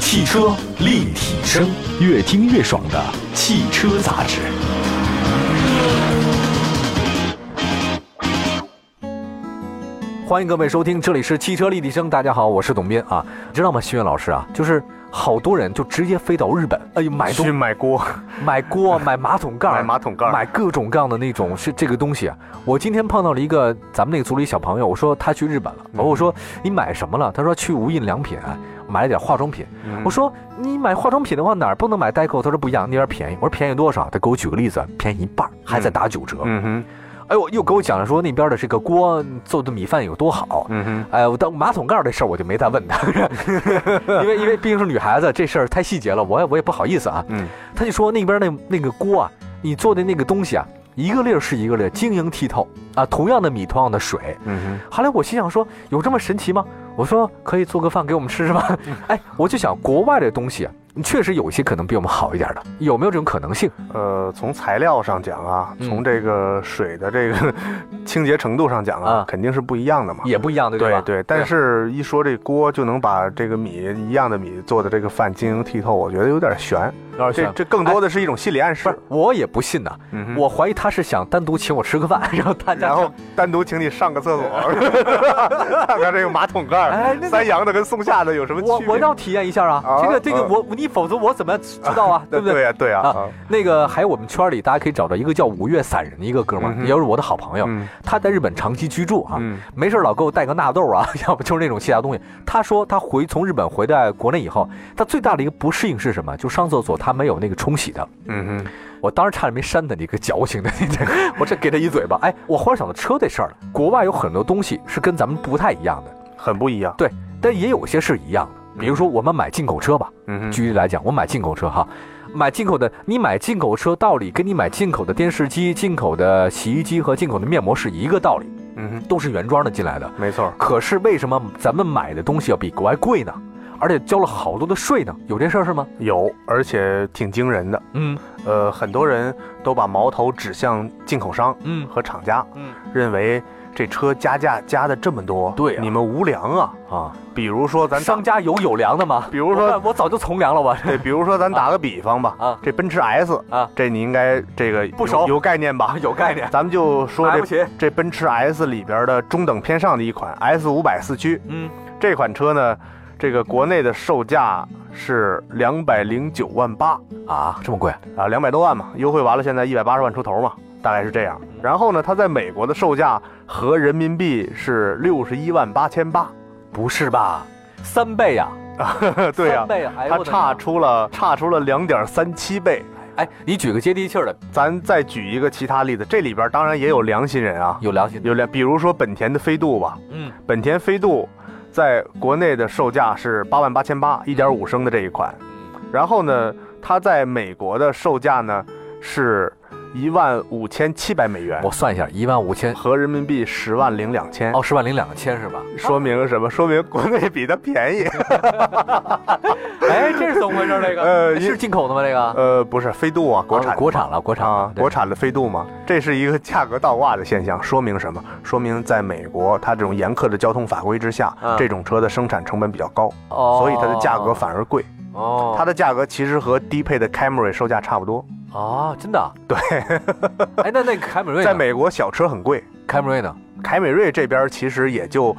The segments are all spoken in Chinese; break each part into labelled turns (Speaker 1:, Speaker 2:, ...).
Speaker 1: 汽车立体声，越听越爽的汽车杂志。
Speaker 2: 欢迎各位收听，这里是汽车立体声。大家好，我是董斌啊。你知道吗，新月老师啊，就是好多人就直接飞到日本，哎呦，买东
Speaker 3: 去买锅，
Speaker 2: 买 锅、啊买马桶盖、
Speaker 3: 买马桶盖
Speaker 2: 买各种各样的那种是这个东西啊。我今天碰到了一个咱们那个组里小朋友，我说他去日本了，我说
Speaker 3: 嗯
Speaker 2: 你买什么了？他说去无印良品啊买了点化妆品。我说
Speaker 3: 嗯
Speaker 2: 你买化妆品的话哪儿不能买代购？他说不一样，那边便宜。我说便宜多少？他给我举个例子，便宜一半，还在打九折。
Speaker 3: 嗯哼，
Speaker 2: 哎呦，又给我讲了说那边的这个锅做的米饭有多好。
Speaker 3: 嗯哼，
Speaker 2: 哎，我当马桶盖儿这事儿我就没再问 他，因为因为毕竟是女孩子，这事儿太细节了，我也我也不好意思啊。
Speaker 3: 嗯，
Speaker 2: 他就说那边那那个锅啊，你做的那个东西啊，一个粒儿是一个粒儿，晶莹剔透啊，同样的米，同样的水。
Speaker 3: 嗯
Speaker 2: 后来我心想说，有这么神奇吗？我说可以做个饭给我们吃是吧？ 哎，我就想国外的东西啊，确实有一些可能比我们好一点的，有没有这种可能性？
Speaker 3: 哼，呃，从材料上讲啊，
Speaker 2: 嗯
Speaker 3: 从这个水的这个 清洁程度上讲
Speaker 2: 啊
Speaker 3: 啊，肯定是不一样的嘛。
Speaker 2: 也不一样的吧？
Speaker 3: 对对，但是一说这锅就能把这个米一样的米做的这个饭晶莹剔透，我觉得有点悬。
Speaker 2: 而
Speaker 3: 这这更多的是一种心理暗示
Speaker 2: 不是。我也不信呐、
Speaker 3: 嗯哼
Speaker 2: 哎我怀疑他是想单独请我吃个饭，然 后大家
Speaker 3: 然后单独请你上 个厕所，看看这个马桶盖
Speaker 2: 哎
Speaker 3: 儿
Speaker 2: 那个，
Speaker 3: 三阳的跟松下的有什么
Speaker 2: 我
Speaker 3: 区别？
Speaker 2: 我要体验一下啊，
Speaker 3: 啊
Speaker 2: 这个这个
Speaker 3: 嗯
Speaker 2: 我你否则我怎么知道啊？对不
Speaker 3: 对
Speaker 2: 对？
Speaker 3: 呀对呀
Speaker 2: 啊，那个还有我们圈里大家可以找到一个叫五月散人的一个哥们
Speaker 3: 嗯
Speaker 2: 儿，
Speaker 3: 哼
Speaker 2: 也就是我的好朋友，
Speaker 3: 嗯
Speaker 2: 他在日本长期居住啊，
Speaker 3: 嗯
Speaker 2: 没事儿老给我带个纳豆啊， 要不就是那种其他东西。他说他回从日本回到国内以后，他最大的一个不适应是什么？就上厕所他没有那个冲洗的。
Speaker 3: 嗯哼，
Speaker 2: 我当时差点没扇他，你个矫情的，你这我这给他一嘴巴。哎，我忽然想到车这事儿了，国外有很多东西是跟咱们不太一样的，
Speaker 3: 很不一样。
Speaker 2: 对，但也有些是一样的。比如说我们买进口车吧，
Speaker 3: 嗯哼，
Speaker 2: 举例来讲，我买进口车哈，买进口的，你买进口车道理跟你买进口的电视机、进口的洗衣机和进口的面膜是一个道理，
Speaker 3: 嗯哼，
Speaker 2: 都是原装的进来的。
Speaker 3: 没错。
Speaker 2: 可是为什么咱们买的东西要比国外贵呢？而且交了好多的税呢？有这事儿是吗？
Speaker 3: 有，而且挺惊人的。
Speaker 2: 嗯
Speaker 3: 呃，很多人都把矛头指向进口商
Speaker 2: 嗯
Speaker 3: 和厂家，
Speaker 2: 嗯
Speaker 3: 认为这车加价加的这么多，
Speaker 2: 对啊
Speaker 3: 你们无良啊。
Speaker 2: 啊，
Speaker 3: 比如说咱
Speaker 2: 商家有有粮的吗？
Speaker 3: 比如
Speaker 2: 我
Speaker 3: 说
Speaker 2: 看我早就从良了，我
Speaker 3: 对，比如说咱打个比方吧，
Speaker 2: 啊
Speaker 3: 这奔驰 S
Speaker 2: 啊，
Speaker 3: 这你应该这个
Speaker 2: 不
Speaker 3: 有
Speaker 2: 熟
Speaker 3: 有概念吧？
Speaker 2: 啊有概念
Speaker 3: 咱们就说
Speaker 2: 买不
Speaker 3: 这
Speaker 2: 起
Speaker 3: 这奔驰 S 里边的中等偏上的一款 S 五百四驱，
Speaker 2: 嗯，
Speaker 3: 这款车呢，这个国内的售价是两百零九万八，
Speaker 2: 啊，这么贵？
Speaker 3: 啊，两百多万嘛，优惠完了，现在一百八十万出头嘛，大概是这样。然后呢，它在美国的售价合人民币是六十一万八千八，
Speaker 2: 不是吧？三倍呀、
Speaker 3: 对呀、
Speaker 2: 三倍啊，哎
Speaker 3: 它
Speaker 2: 我的
Speaker 3: 差
Speaker 2: 妈
Speaker 3: 出了差出了两点三七倍。
Speaker 2: 哎，你举个接地气儿的，
Speaker 3: 咱再举一个其他例子，这里边当然也有良心人啊，
Speaker 2: 有良心的，
Speaker 3: 有良，比如说本田的飞度吧，
Speaker 2: 嗯
Speaker 3: 本田飞度在国内的售价是八万八千八，一点五升的这一款，然后呢，它在美国的售价呢是一万五千七百美元。
Speaker 2: 我算一下，一万五千
Speaker 3: 合人民币十万零两千。
Speaker 2: 哦，十万零两千是吧？
Speaker 3: 说明什么？说明国内比它 便宜。
Speaker 2: 哎，这是怎么回事？这个
Speaker 3: 呃因
Speaker 2: 是进口的吗？这个
Speaker 3: 呃，不是飞度啊，国产、
Speaker 2: 哦国产了，国产了
Speaker 3: 啊，
Speaker 2: 对
Speaker 3: 国产的飞度嘛，这是一个价格倒挂的现象，说明什么？说明在美国，它这种严苛的交通法规之下，
Speaker 2: 嗯
Speaker 3: 这种车的生产成本比较高，
Speaker 2: 哦，
Speaker 3: 所以它的价格反而贵。
Speaker 2: 哦，
Speaker 3: 它的价格其实和低配的凯美瑞售价差不多。
Speaker 2: 哦，真的对。 哎，那那凯美瑞呢
Speaker 3: 在美国，小车很贵，
Speaker 2: 凯美瑞呢？
Speaker 3: 凯美瑞这边其实也就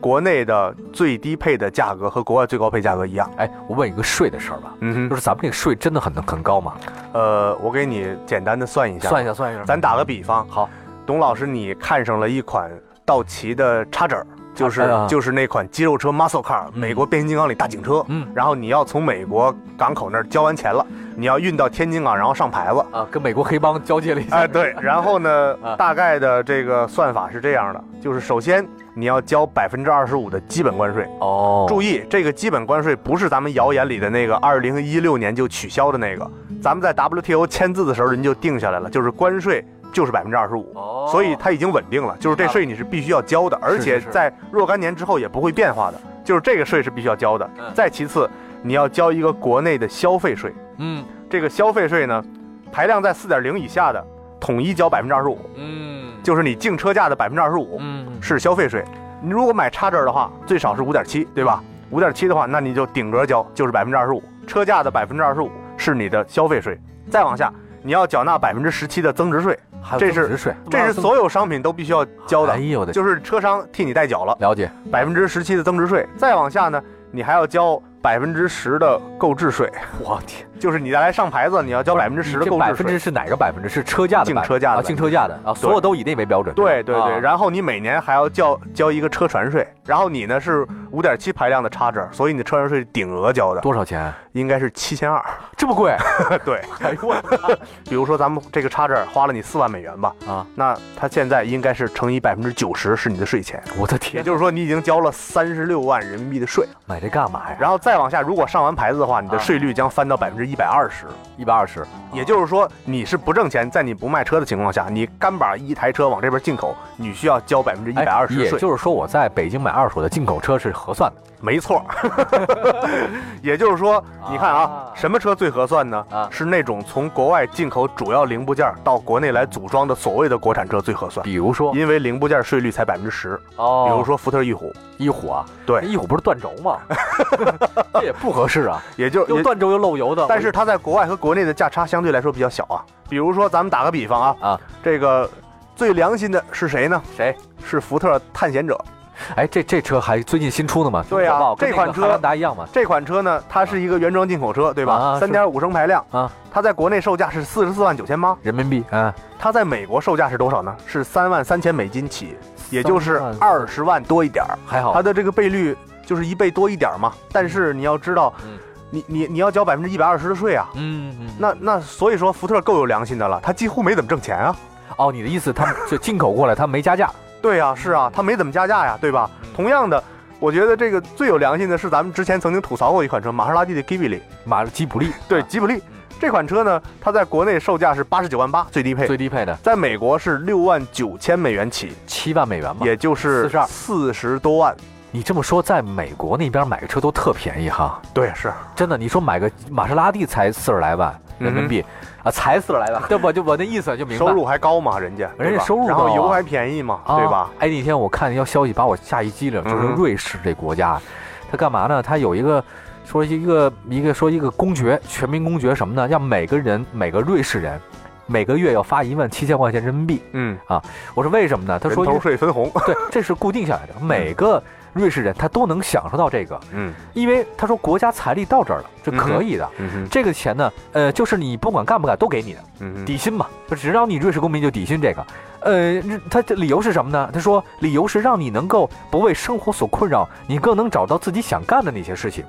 Speaker 3: 国内的最低配的价格和国外最高配价格一样。
Speaker 2: 哎，我问一个税的事儿吧，
Speaker 3: 嗯哼
Speaker 2: 就。是咱们这个税真的很很高吗？
Speaker 3: 呃，我给你简单的算一下，
Speaker 2: 算一下，算一下，
Speaker 3: 咱打个比方，
Speaker 2: 好，
Speaker 3: 董老师，你看上了一款道奇的插整儿，就是、
Speaker 2: 哎呀
Speaker 3: 就是那款肌肉车 Muscle Car，美国变形金刚里大警车。
Speaker 2: 嗯
Speaker 3: 然后你要从美国港口那儿交完钱了，你要运到天津港，然后上 牌子。
Speaker 2: 啊，跟美国黑帮交接了一下，
Speaker 3: 哎，对，然后
Speaker 2: 啊
Speaker 3: 呢，大概的这个算法是这样的，就是首先你要交百分之二十五的基本关税。
Speaker 2: 哦，
Speaker 3: 注
Speaker 2: 意
Speaker 3: 意，这个基本关税不是咱们谣言里的那个二零一六年就取消的那个，咱们在 WTO 签字的时候人就定下来了，就是关税就是百分之二十五，
Speaker 2: 哦
Speaker 3: 所以它已经稳定了，就是这税你是必须要交的，而且
Speaker 2: 是是
Speaker 3: 在若干年之后也不会变化的，就是这个税是必须要交的
Speaker 2: 嗯。
Speaker 3: 再其次，你要交一个国内的消费税，
Speaker 2: 嗯
Speaker 3: 这个消费税呢，排量在四点零以下的统一交百分之二十五，
Speaker 2: 嗯
Speaker 3: 就是你净车价的百分之二十五
Speaker 2: 嗯
Speaker 3: 是消费税。你如果买插针儿的话，最少是五点七，对吧？五点七的话，那你就顶格交，就是百分之二十五，车价的百分之二十五是你的消费税，再往下你要缴纳百分之十七的增值税，
Speaker 2: 还有
Speaker 3: 这是
Speaker 2: 增值税，
Speaker 3: 这是所有商品都必须要交的
Speaker 2: 哎，呦我的，
Speaker 3: 就是车商替你代缴了
Speaker 2: 了解，
Speaker 3: 百分之十七的增值税，再往下呢，你还要交百分之十的购置税，
Speaker 2: 我天，
Speaker 3: 就是你再来上牌子，你要交百分之十的
Speaker 2: 这
Speaker 3: 购
Speaker 2: 百
Speaker 3: 置
Speaker 2: 分
Speaker 3: 税
Speaker 2: 之。是哪个百分之？是车价的
Speaker 3: 净
Speaker 2: 百分
Speaker 3: 车价的
Speaker 2: 啊，净车价的啊，所有都以那为标准。
Speaker 3: 对对对，
Speaker 2: 啊
Speaker 3: 然后你每年还要交交一个车船税，然后你呢是五点七排量的叉折，所以你的车船税顶额交的
Speaker 2: 多少钱？
Speaker 3: 应该是七千二。
Speaker 2: 这么贵？
Speaker 3: 对，
Speaker 2: 哎呦我的
Speaker 3: 比如说咱们这个叉折花了你四万美元吧，
Speaker 2: 啊，
Speaker 3: 那它现在应该是乘以百分之九十是你的税钱，
Speaker 2: 我的
Speaker 3: 也
Speaker 2: 天，
Speaker 3: 就是说你已经交了三十六万人民币的税。
Speaker 2: 买这干嘛呀？
Speaker 3: 然后再往下，如果上完牌子的话，你的
Speaker 2: 啊
Speaker 3: 税率将翻到百分之一百二十。
Speaker 2: 一百二十，
Speaker 3: 也就是说，你是不挣钱，在你不卖车的情况下，你干把一台车往这边进口，你需要交百分之一
Speaker 2: 哎
Speaker 3: 百二十
Speaker 2: 也
Speaker 3: 税。
Speaker 2: 就是说我在北京买二手的进口车是合算的。
Speaker 3: 没错， 也就是说，你看啊
Speaker 2: 啊，
Speaker 3: 什么车最合算呢？
Speaker 2: 啊
Speaker 3: 是那种从国外进口主要零部件到国内来组装的所谓的国产车最合算，
Speaker 2: 比如说，
Speaker 3: 因为零部件税率才百分之十。
Speaker 2: 哦
Speaker 3: 比如说福特翼虎，
Speaker 2: 一虎啊，
Speaker 3: 对
Speaker 2: 那一虎不是断轴 吗？这也不合适啊，
Speaker 3: 也就
Speaker 2: 又
Speaker 3: 也
Speaker 2: 断轴又漏油的。
Speaker 3: 但是它在国外和国内的价差相对来说比较小啊。比如说，咱们打个比方啊，
Speaker 2: 啊，
Speaker 3: 这个最良心的是谁呢？
Speaker 2: 谁？
Speaker 3: 是福特探险者。
Speaker 2: 哎，这这车还最近新出的嘛？
Speaker 3: 对啊
Speaker 2: 挺火爆跟那
Speaker 3: 这款
Speaker 2: 个
Speaker 3: 车
Speaker 2: 汉兰达一样嘛？
Speaker 3: 这款车呢，它是一个原装进口车，对吧
Speaker 2: 啊？是
Speaker 3: 三点五升排量
Speaker 2: 啊，
Speaker 3: 它在国内售价是四十四万九千八，
Speaker 2: 人民币啊，
Speaker 3: 它在美国售价是多少呢？是三万三千美金起，也就是
Speaker 2: 三万哦
Speaker 3: 二十万多一点儿。
Speaker 2: 还好
Speaker 3: 它。的这个倍率就是一倍多一点儿嘛。但是你要知道
Speaker 2: 嗯，
Speaker 3: 你你你要交百分之一百二十的税啊。
Speaker 2: 嗯，嗯
Speaker 3: 那那所以说，福特够有良心的了，它几乎没怎么挣钱啊。
Speaker 2: 哦，你的意思，他们就进口过来，他没加价，
Speaker 3: 对呀、是
Speaker 2: 嗯
Speaker 3: 啊，它没怎么加价呀，对吧？同样的，我觉得这个最有良心的是咱们之前曾经吐槽过一款车，玛莎拉蒂的 Ghibli，
Speaker 2: 马基普利
Speaker 3: 对，
Speaker 2: 啊
Speaker 3: 吉普力这款车呢，它在国内售价是八十九万八最低配，
Speaker 2: 最低配的
Speaker 3: 在美国是六万九千美元起，
Speaker 2: 七万美元嘛。
Speaker 3: 也就是
Speaker 2: 42
Speaker 3: 四十多万。
Speaker 2: 你这么说，在美国那边买个车都特便宜哈，
Speaker 3: 对，是
Speaker 2: 真的。你说买个玛莎拉蒂才四十来万人民币啊，才四十来 万，对不？就我那意思就明白。
Speaker 3: 嗯收入还高嘛，人家
Speaker 2: 人家
Speaker 3: 对吧
Speaker 2: 收入
Speaker 3: 然
Speaker 2: 高
Speaker 3: 后
Speaker 2: 啊
Speaker 3: 油还便宜嘛，
Speaker 2: 啊
Speaker 3: 对吧？？
Speaker 2: 哎，那天我看一条消息，把我吓一激灵，就是
Speaker 3: 嗯哼
Speaker 2: 瑞士这国家，他干嘛呢？他有一个说一个一个说一个公爵，全民公爵什么呢？要每个人每个瑞士人。每个月要发一万七千块钱人民币，
Speaker 3: 嗯，
Speaker 2: 我说为什么呢？他
Speaker 3: 人
Speaker 2: 说
Speaker 3: 头税分红，
Speaker 2: 对，这是固定下来的，每个瑞士人他都能享受到这个，
Speaker 3: 嗯
Speaker 2: 因为他说国家财力到这儿了，这可以的。
Speaker 3: 嗯哼
Speaker 2: 这个钱呢，呃，就是你甭管干不干都给你的
Speaker 3: 嗯哼
Speaker 2: 底薪嘛，就只要你瑞士公民就底薪这个。呃，日他这理由是什么呢？他说理由是让你能够不为生活所困扰，你更能找到自己想干的那些事情，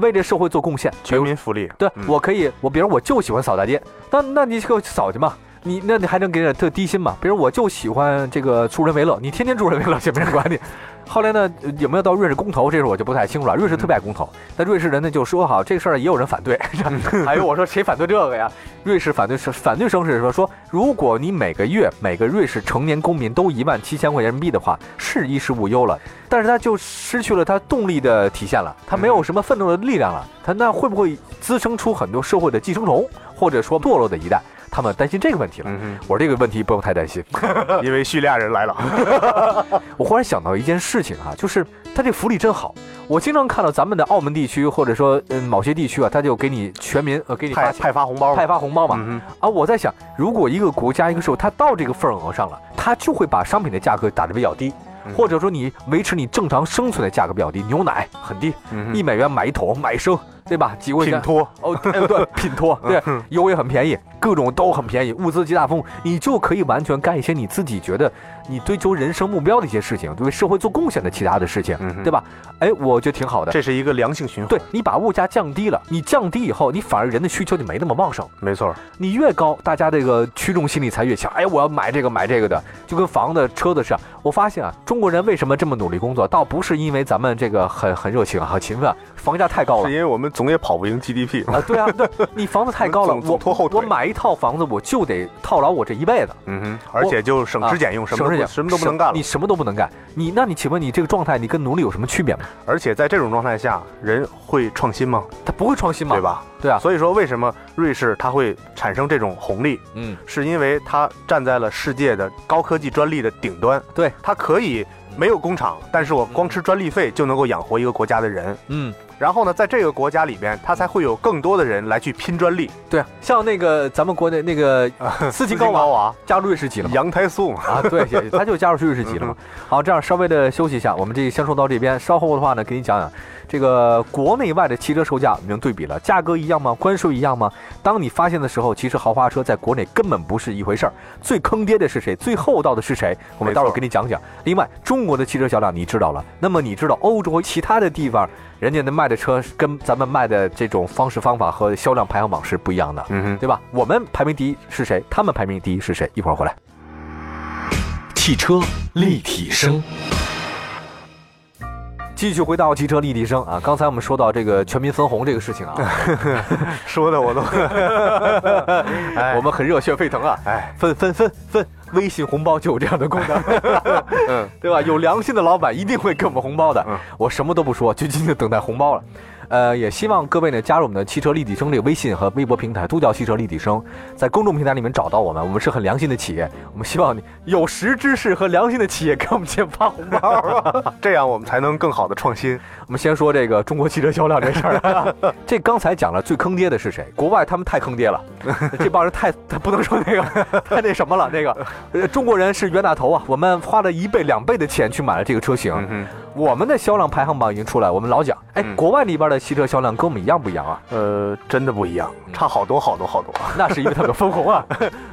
Speaker 2: 为这社会做贡献。
Speaker 3: 全民福利，
Speaker 2: 对、
Speaker 3: 嗯
Speaker 2: 我可以，我比如我就喜欢扫大街，那那你给我扫去嘛。你那你还能给点特低薪嘛？比如我就喜欢这个助人为乐，你天天助人为乐，也没人管你。 后来呢，呃有没有到瑞士公投？这事我就不太清楚了。瑞士特别爱公投，但瑞士人呢就说好这事儿也有人反 对。 哎呦，我说谁反对这个呀？瑞士反对声反对声是说说，如果你每个月每个瑞士成年公民都一万七千块钱人民币的话，是衣食无忧了。但是他就失去了他动力的体现了，他没有什么奋斗的力量了。他那会不会滋生出很多社会的寄生虫，或者说堕落的一代？他们担心这个问题了。
Speaker 3: 嗯
Speaker 2: 我说这个问题不用太担心。呃
Speaker 3: 哼，因为叙利亚人来了，
Speaker 2: 我忽然想到一件事情啊，就是他这福利真好。我经常看到咱们的澳门地区，或者说嗯某些地区啊，他就给你全民呃给你
Speaker 3: 派
Speaker 2: 发钱
Speaker 3: 派发红包嘛，
Speaker 2: 派发红包嘛。
Speaker 3: 嗯哼，
Speaker 2: 啊，我在想，如果一个国家一个社会，它到这个份额上了，它就会把商品的价格打得比较低，
Speaker 3: 嗯
Speaker 2: 或者说你维持你正常生存的价格比较低。牛奶很低，
Speaker 3: 嗯哼
Speaker 2: 一美元买一桶，买一升，对吧？几块
Speaker 3: 品
Speaker 2: 钱。
Speaker 3: 托，嗯
Speaker 2: 哦，对对，品托对，油也很便宜，各种都很便宜，物资极大丰富，你就可以完全干一些你自己觉得你追求人生目标的一些事情，对社会做贡献的其他的事情，
Speaker 3: 嗯哼
Speaker 2: 对吧？哎，我觉得挺好的。
Speaker 3: 这是一个良性循环，
Speaker 2: 对你把物价降低了，你降低以后，你反而人的需求就没那么旺盛。
Speaker 3: 没错，
Speaker 2: 你越高，大家这个驱动心理才越强。哎，我要买这个买这个的，就跟房子、车子是啊。我发现啊，中国人为什么这么努力工作，倒不是因为咱们这个很很热情、很勤奋，啊房价太高
Speaker 3: 是
Speaker 2: 了
Speaker 3: 因为我们总也跑不赢 GDP 嘛，
Speaker 2: 啊。对啊，对，你房子太高了，
Speaker 3: 总总
Speaker 2: 我
Speaker 3: 拖后腿
Speaker 2: 我买一套房子，我就得套牢我这一辈子。
Speaker 3: 嗯哼，而且就省吃俭用，什么
Speaker 2: 啊省着
Speaker 3: 都不
Speaker 2: 点，
Speaker 3: 什么都不能干了
Speaker 2: 你。什么都不能干。你那你请问你这个状态，你跟奴隶有什么区别吗？
Speaker 3: 而且在这种状态下，人会创新吗？
Speaker 2: 他不会创新嘛，
Speaker 3: 对？吧？
Speaker 2: 对啊，
Speaker 3: 所以说，为什么瑞士它会产生这种红利，
Speaker 2: 嗯，
Speaker 3: 是因为它站在了世界的高科技专利的顶端，
Speaker 2: 对，
Speaker 3: 它可以没有工厂，但是我光吃专利费就能够养活一个国家的人。
Speaker 2: 嗯，
Speaker 3: 然后呢，在这个国家里边，它才会有更多的人来去拼专利。
Speaker 2: 对啊，像那个咱们国内那 个斯琴高啊娃
Speaker 3: 娃、
Speaker 2: 加入瑞士籍了嘛。
Speaker 3: 羊胎素嘛，
Speaker 2: 啊，对，也他就加入瑞士籍了嘛。好，这样稍微的休息一下，我们这先说到这边，稍后的话呢，给你讲讲这个国内外的汽车售价，我们已经对比了，价格一样吗？关税一样吗？当你发现的时候，其实豪华车在国内根本不是一回事儿。最坑爹的是谁？最厚道的是谁？我们待会儿给你讲讲。另外，中国的汽车销量你知道了，那么你知道欧洲其他的地方人家的卖的车是跟咱们卖的这种方式方法和销量排行榜是不一样的，
Speaker 3: 嗯哼，
Speaker 2: 对吧？我们排名第一是谁？他们排名第一是谁？一会儿回来。
Speaker 1: 汽车立体声，
Speaker 2: 继续回到汽车立体声啊！刚才我们说到这个全民分红这个事情啊，
Speaker 3: 说的 我都， 哎
Speaker 2: 我们很热血沸腾啊！
Speaker 3: 哎，
Speaker 2: 分分分分，微信红包就有这样的功 能，
Speaker 3: 嗯，
Speaker 2: 对吧？有良心的老板一定会给我们红包的。
Speaker 3: 嗯
Speaker 2: 我什么都不说，就静静地等待红包了。呃，也希望各位呢加入我们的汽车立体声这个微信和微博平台，都叫汽车立体声，在公众平台里面找到我们，我们是很良心的企业，我们希望你有识之士和良心的企业给我们先发红包。
Speaker 3: 这样我们才能更好的创新。
Speaker 2: 我们先说这个中国汽车销量这事儿，啊 这刚才讲了最坑爹的是谁？国外他们太坑爹了，这帮人太他不能说那 个太那什么了，那个呃中国人是冤大头啊，我们花了一倍两倍的钱去买了这个车型，
Speaker 3: 嗯哼，
Speaker 2: 我们的销量排行榜已经出来，我们老讲，哎，
Speaker 3: 嗯
Speaker 2: 国外里边的汽车销量跟我们一样不一样 啊？
Speaker 3: 呃，真的不一样，
Speaker 2: 嗯
Speaker 3: 差好多好多好多。
Speaker 2: 那是因为他们分红啊，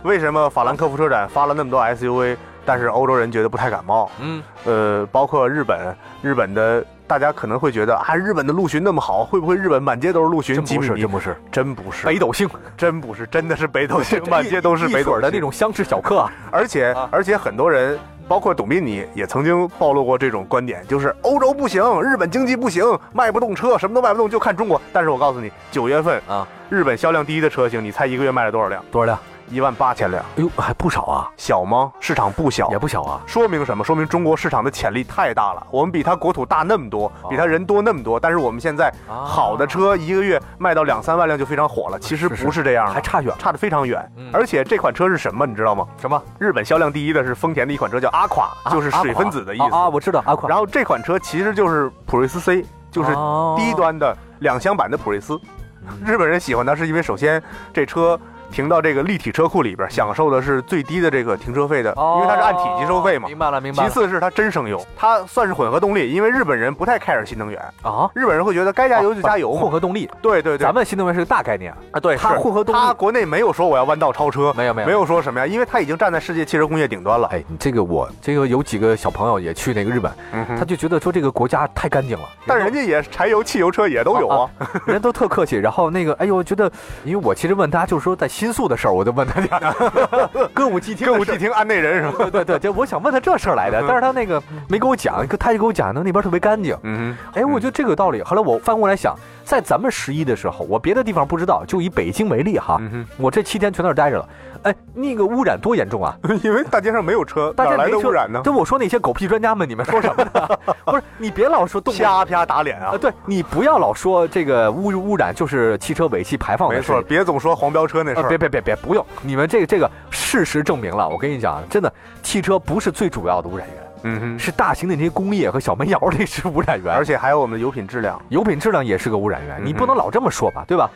Speaker 3: 为什么法兰克福车展发了那么多 SUV，但是欧洲人觉得不太感冒？
Speaker 2: 嗯，
Speaker 3: 呃，包括日本，日本的大家可能会觉得啊，日本的陆巡那么好，会不会日本满街都是陆巡？
Speaker 2: 真
Speaker 3: 吉
Speaker 2: 不
Speaker 3: 米
Speaker 2: 是，
Speaker 3: 尼
Speaker 2: 真不是，
Speaker 3: 真不是，
Speaker 2: 北斗星，
Speaker 3: 真不是，真的是 北斗星，满街都是
Speaker 2: 一
Speaker 3: 北斗
Speaker 2: 水
Speaker 3: 星
Speaker 2: 儿的那。种厢式小客啊，
Speaker 3: 而且、
Speaker 2: 啊
Speaker 3: 而且很多人，包括董斌你也曾经暴露过这种观点，就是欧洲不行，日本经济不行，卖不动车，什么都卖不动，就看中国。但是我告诉你，九月份
Speaker 2: 啊，
Speaker 3: 日本销量第一的车型，你猜一个月卖了多少辆？
Speaker 2: 多少辆？
Speaker 3: 一万八千辆，
Speaker 2: 哎呦，还不少啊，
Speaker 3: 小吗？市场不小
Speaker 2: 也。不小啊，
Speaker 3: 说明什么？说明中国市场的潜力太大了。我们比它国土大那么多，比它人多那么多，但是我们现在
Speaker 2: 啊
Speaker 3: 好的车一个月卖到两三万辆就非常火了。其实
Speaker 2: 是是
Speaker 3: 不是这样的，
Speaker 2: 还差远了
Speaker 3: 差得非常远
Speaker 2: 嗯。
Speaker 3: 而且这款车是什么？你知道吗？
Speaker 2: 什么？
Speaker 3: 日本销量第一的是丰田的一款车叫阿垮，就是水分子的意
Speaker 2: 啊啊
Speaker 3: 思。
Speaker 2: 啊，我知道阿款。
Speaker 3: 然后这款车其实就是普锐斯 C，就是
Speaker 2: 哦
Speaker 3: 低端的两厢版的普锐斯。
Speaker 2: 嗯
Speaker 3: 日本人喜欢它是因为首先这车。停到这个立体车库里边，享受的是最低的这个停车费的，因为它是按体积收费嘛。
Speaker 2: 哦明白了，明白
Speaker 3: 其
Speaker 2: 了。
Speaker 3: 次是它真省油，它算是混合动力，因为日本人不太 care 新能源，
Speaker 2: 啊，
Speaker 3: 日本人会觉得该加油就加油
Speaker 2: 哦混
Speaker 3: 嘛。
Speaker 2: 合动力，
Speaker 3: 对对对，
Speaker 2: 咱们新能源是个大概念，
Speaker 3: 啊对，
Speaker 2: 它
Speaker 3: 是
Speaker 2: 混合动力
Speaker 3: 它国内没有说我要弯道超车，
Speaker 2: 没有没有
Speaker 3: 没。有说什么呀，因为它已经站在世界汽车工业顶端了。
Speaker 2: 哎，你这个我这个有几个小朋友也去那个日本，
Speaker 3: 嗯哼
Speaker 2: 他就觉得说这个国家太干净了，
Speaker 3: 但人家也柴油、汽油车也都有啊。
Speaker 2: 人都特客气。然后那个，哎呦，我觉得，因为我其实问他就是说在新宿的事儿，我就问他点 儿歌舞伎町
Speaker 3: 歌
Speaker 2: 的
Speaker 3: 舞
Speaker 2: 事
Speaker 3: 伎
Speaker 2: 儿。
Speaker 3: 町嗯案内人是吧？
Speaker 2: 对对对，就我想问他这事儿来的，但是他那个没给我讲，他就给我讲呢，那边特别干净。
Speaker 3: 嗯
Speaker 2: 哎，我觉得这个有道理。后来我翻过来想，在咱们十一的时候，我别的地方不知道，就以北京为例哈，
Speaker 3: 嗯
Speaker 2: 我这七天全在那儿待着了。哎，那个污染多严重啊！
Speaker 3: 哼，因为大街上没有车，
Speaker 2: 大
Speaker 3: 哪
Speaker 2: 家
Speaker 3: 来
Speaker 2: 没
Speaker 3: 的
Speaker 2: 说
Speaker 3: 污染呢？
Speaker 2: 对我说那些狗屁专家们，你们说什么呢？ 不是，你别老说动物
Speaker 3: 啪啪打脸啊
Speaker 2: 啊！！对你不要老说这个污污染就是汽车尾气排放的
Speaker 3: 没
Speaker 2: 事
Speaker 3: 错，
Speaker 2: 儿。
Speaker 3: 别总说黄标车那事
Speaker 2: 呃别
Speaker 3: 儿。
Speaker 2: 别别别，不用！你们这个这个事实证明了，我跟你讲，啊真的，汽车不是最主要的污染源，
Speaker 3: 嗯哼，
Speaker 2: 是大型的那些工业和小煤窑那是污染源，
Speaker 3: 而且还有我们的油品质量，
Speaker 2: 油品质量也是个污染源，你
Speaker 3: 嗯
Speaker 2: 不能老这么说吧，对吧？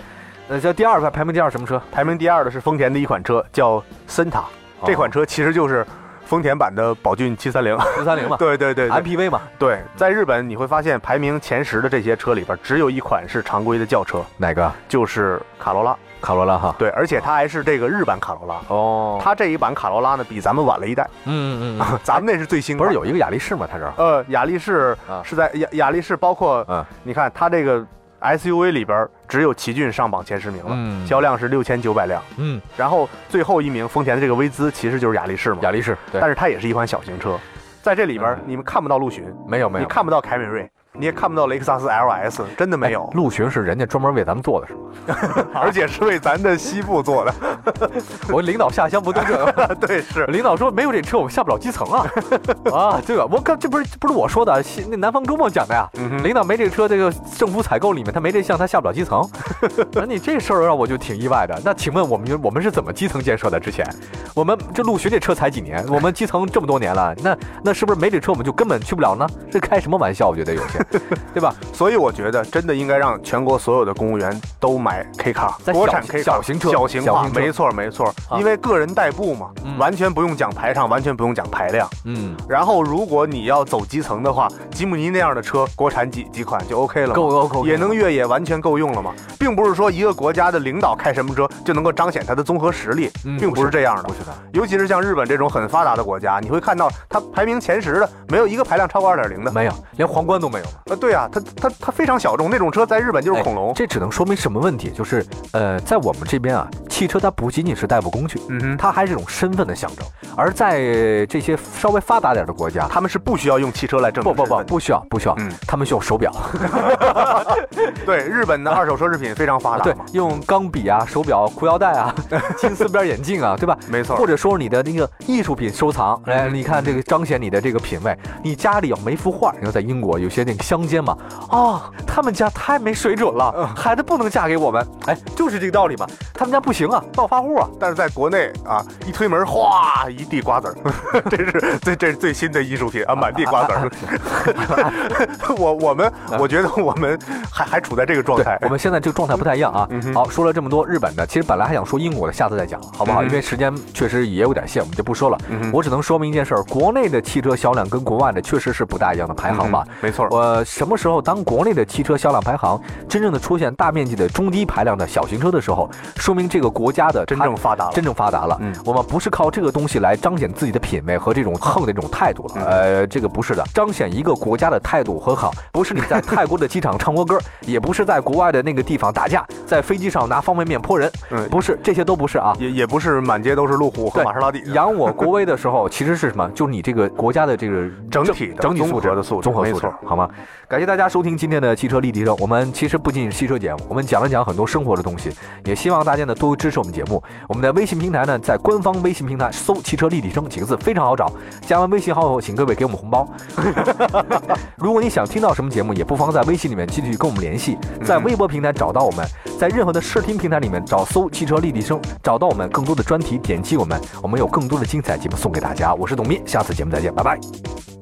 Speaker 2: 呃，这第二排排名第二什么车？
Speaker 3: 排名第二的是丰田的一款车叫森塔，这款车其实就是丰田版的宝骏七三零。
Speaker 2: 四哦三零嘛
Speaker 3: 对对对对
Speaker 2: ，MPV 嘛，
Speaker 3: 对，在日本你会发现排名前十的这些车里边，只有一款是常规的轿车，
Speaker 2: 哪个？
Speaker 3: 就是卡罗拉。
Speaker 2: 卡罗拉哈。
Speaker 3: 对，而且它还是这个日版卡罗拉。
Speaker 2: 哦，
Speaker 3: 它这一版卡罗拉呢，比咱们晚了一代，
Speaker 2: 嗯嗯嗯，
Speaker 3: 咱们那是最 新
Speaker 2: 不
Speaker 3: 款。
Speaker 2: 是有一个雅力士吗？他这儿
Speaker 3: 呃，雅力士
Speaker 2: 啊
Speaker 3: 是在雅雅力士，包括
Speaker 2: 嗯
Speaker 3: 你看它这个 SUV 里边儿只有奇骏上榜前十名了，
Speaker 2: 嗯
Speaker 3: 销量是六千九百辆，
Speaker 2: 嗯，
Speaker 3: 然后最后一名丰田的这个威兹其实就是雅力士嘛，
Speaker 2: 雅力士，对嗯
Speaker 3: 但，是它也是一款小型车，在这里边儿你们看不到陆巡，
Speaker 2: 没有没
Speaker 3: 你
Speaker 2: 有，
Speaker 3: 看不到凯美瑞，你也看不到雷克萨斯 LS，真的 没有
Speaker 2: 哎，陆巡是人家专门为咱们做的，是吗？
Speaker 3: 而且是为咱的西部做的。
Speaker 2: 我领导下乡不对这，
Speaker 3: 对，是
Speaker 2: 领导说没有这车我们下不了基层 啊！啊，这个我刚这不是这不是我说的，啊西那南方周末讲的呀。
Speaker 3: 嗯哼
Speaker 2: 领导没这个车，这个政府采购里面他没这项，他下不了基 层。那你这事儿让我就挺意外的。那请问我们我们是怎么基层建设的？之前我们这陆巡这车才几年，我们基层这么多年了，那那是不是没这车我们就根本去不了呢？这开什么玩笑？我觉得有 些，对吧？
Speaker 3: 所以我觉得真的应该让全国所有的公务员都买 K 卡，
Speaker 2: 在
Speaker 3: 国
Speaker 2: 小
Speaker 3: 产 K 卡
Speaker 2: 小型车
Speaker 3: 小型
Speaker 2: 小
Speaker 3: 化，
Speaker 2: 型车
Speaker 3: 没错没错，
Speaker 2: 啊
Speaker 3: 因为个人代步嘛，
Speaker 2: 嗯
Speaker 3: 完全不用讲排场，完全不用讲排量。
Speaker 2: 嗯，
Speaker 3: 然后如果你要走基层的话，吉姆尼那样的车，国产几几款就 OK 了嘛，
Speaker 2: 够够够，
Speaker 3: 也能越野完全够用了嘛，并不是说一个国家的领导开什么车就能够彰显他的综合实力，
Speaker 2: 嗯
Speaker 3: 并不是这样的
Speaker 2: 不。是的，
Speaker 3: 尤其是像日本这种很发达的国家，你会看到它排名前十的没有一个排量超过二点零的。
Speaker 2: 没有，连皇冠都没有嘛。
Speaker 3: 呃，对啊，它它它非常小众，那种车在日本就是恐龙。
Speaker 2: 哎这只能说明什么问题？就是呃，在我们这边啊，汽车它不仅仅是代步工具，
Speaker 3: 嗯哼，
Speaker 2: 它还是一种身份的象征。而在这些稍微发达点的国家，
Speaker 3: 他们是不需要用汽车来证
Speaker 2: 不
Speaker 3: 明
Speaker 2: 不
Speaker 3: 身
Speaker 2: 不
Speaker 3: 份的。
Speaker 2: 不需要不需要
Speaker 3: 嗯，
Speaker 2: 他们需要手表，
Speaker 3: 对，日本
Speaker 2: 啊
Speaker 3: 的二手奢侈品非常发达
Speaker 2: 对
Speaker 3: 嘛，，
Speaker 2: 用钢笔啊、手表、裤腰带 啊、金丝边眼镜啊，对吧？
Speaker 3: 没错
Speaker 2: 或。者说你的那个艺术品收藏，哎，
Speaker 3: 嗯
Speaker 2: 你看这个彰显你的这个品味。你家里有没幅画，你说在英国有些那个乡间嘛，啊，他们家太没水准
Speaker 3: 嗯
Speaker 2: 了，孩子不能嫁给我们，哎，就是这个道理嘛，他们家不行啊，暴发户啊，
Speaker 3: 但是在国内啊，一推门，哗，一地瓜子儿， 这是最这是最新的艺术品啊，满地瓜子儿。 我我们我觉得我们还还处在这个状
Speaker 2: 啊对
Speaker 3: 态，。
Speaker 2: 我们现在这个状态不太一样啊。
Speaker 3: 嗯哼
Speaker 2: 好，说了这么多日本的，其实本来还想说英国的，下次再讲，好不好？
Speaker 3: 嗯
Speaker 2: 因为时间确实也有点限，我们就不说了。
Speaker 3: 嗯哼
Speaker 2: 我只能说明一件事儿：国内的汽车销量跟国外的确实是不大一样的排行榜。
Speaker 3: 嗯没错。
Speaker 2: 呃，什么时候当国内的汽车销量排行真正的出现大面积的中低排量的小型车的时候，说明这个国家的
Speaker 3: 真
Speaker 2: 它
Speaker 3: 正发达了
Speaker 2: 真正发达了。
Speaker 3: 嗯
Speaker 2: 我们不是靠这个东西来彰显自己的品味和这种横的这种态度了。
Speaker 3: 嗯
Speaker 2: 呃，这个不是的，彰显一个国家的态度和好， 不是你在泰国的机场唱国歌， 也不是在国外的那个地方打架，在飞机上拿方便面泼人，
Speaker 3: 嗯
Speaker 2: 不是这些都不是啊。
Speaker 3: 也也不是满街都是路虎和
Speaker 2: 对
Speaker 3: 玛莎拉蒂，
Speaker 2: 扬我国威的时候，其实是什么？就是你这个国家的这个
Speaker 3: 整体的
Speaker 2: 整体
Speaker 3: 综
Speaker 2: 素质
Speaker 3: 合的素质
Speaker 2: 综合
Speaker 3: 没
Speaker 2: 素质
Speaker 3: 错，
Speaker 2: 好吗？感谢大家收听今天的汽车立体声。我们其实不仅仅是汽车节目，我们讲了讲很多生活的东西，也希望大家呢多支持我们节目。我们的微信平台呢，在官方微信平台搜“汽车立体声”几个字非常好找，加完微信好友，请各位给我们红包。 如果你想听到什么节目，也不妨在微信里面继续跟我们联系，在微博平台找到我们，在任何的视听平台里面找搜“汽车立体声”，找到我们更多的专题，点击我们，我们有更多的精彩节目送给大家。我是董斌，下次节目再见，拜拜。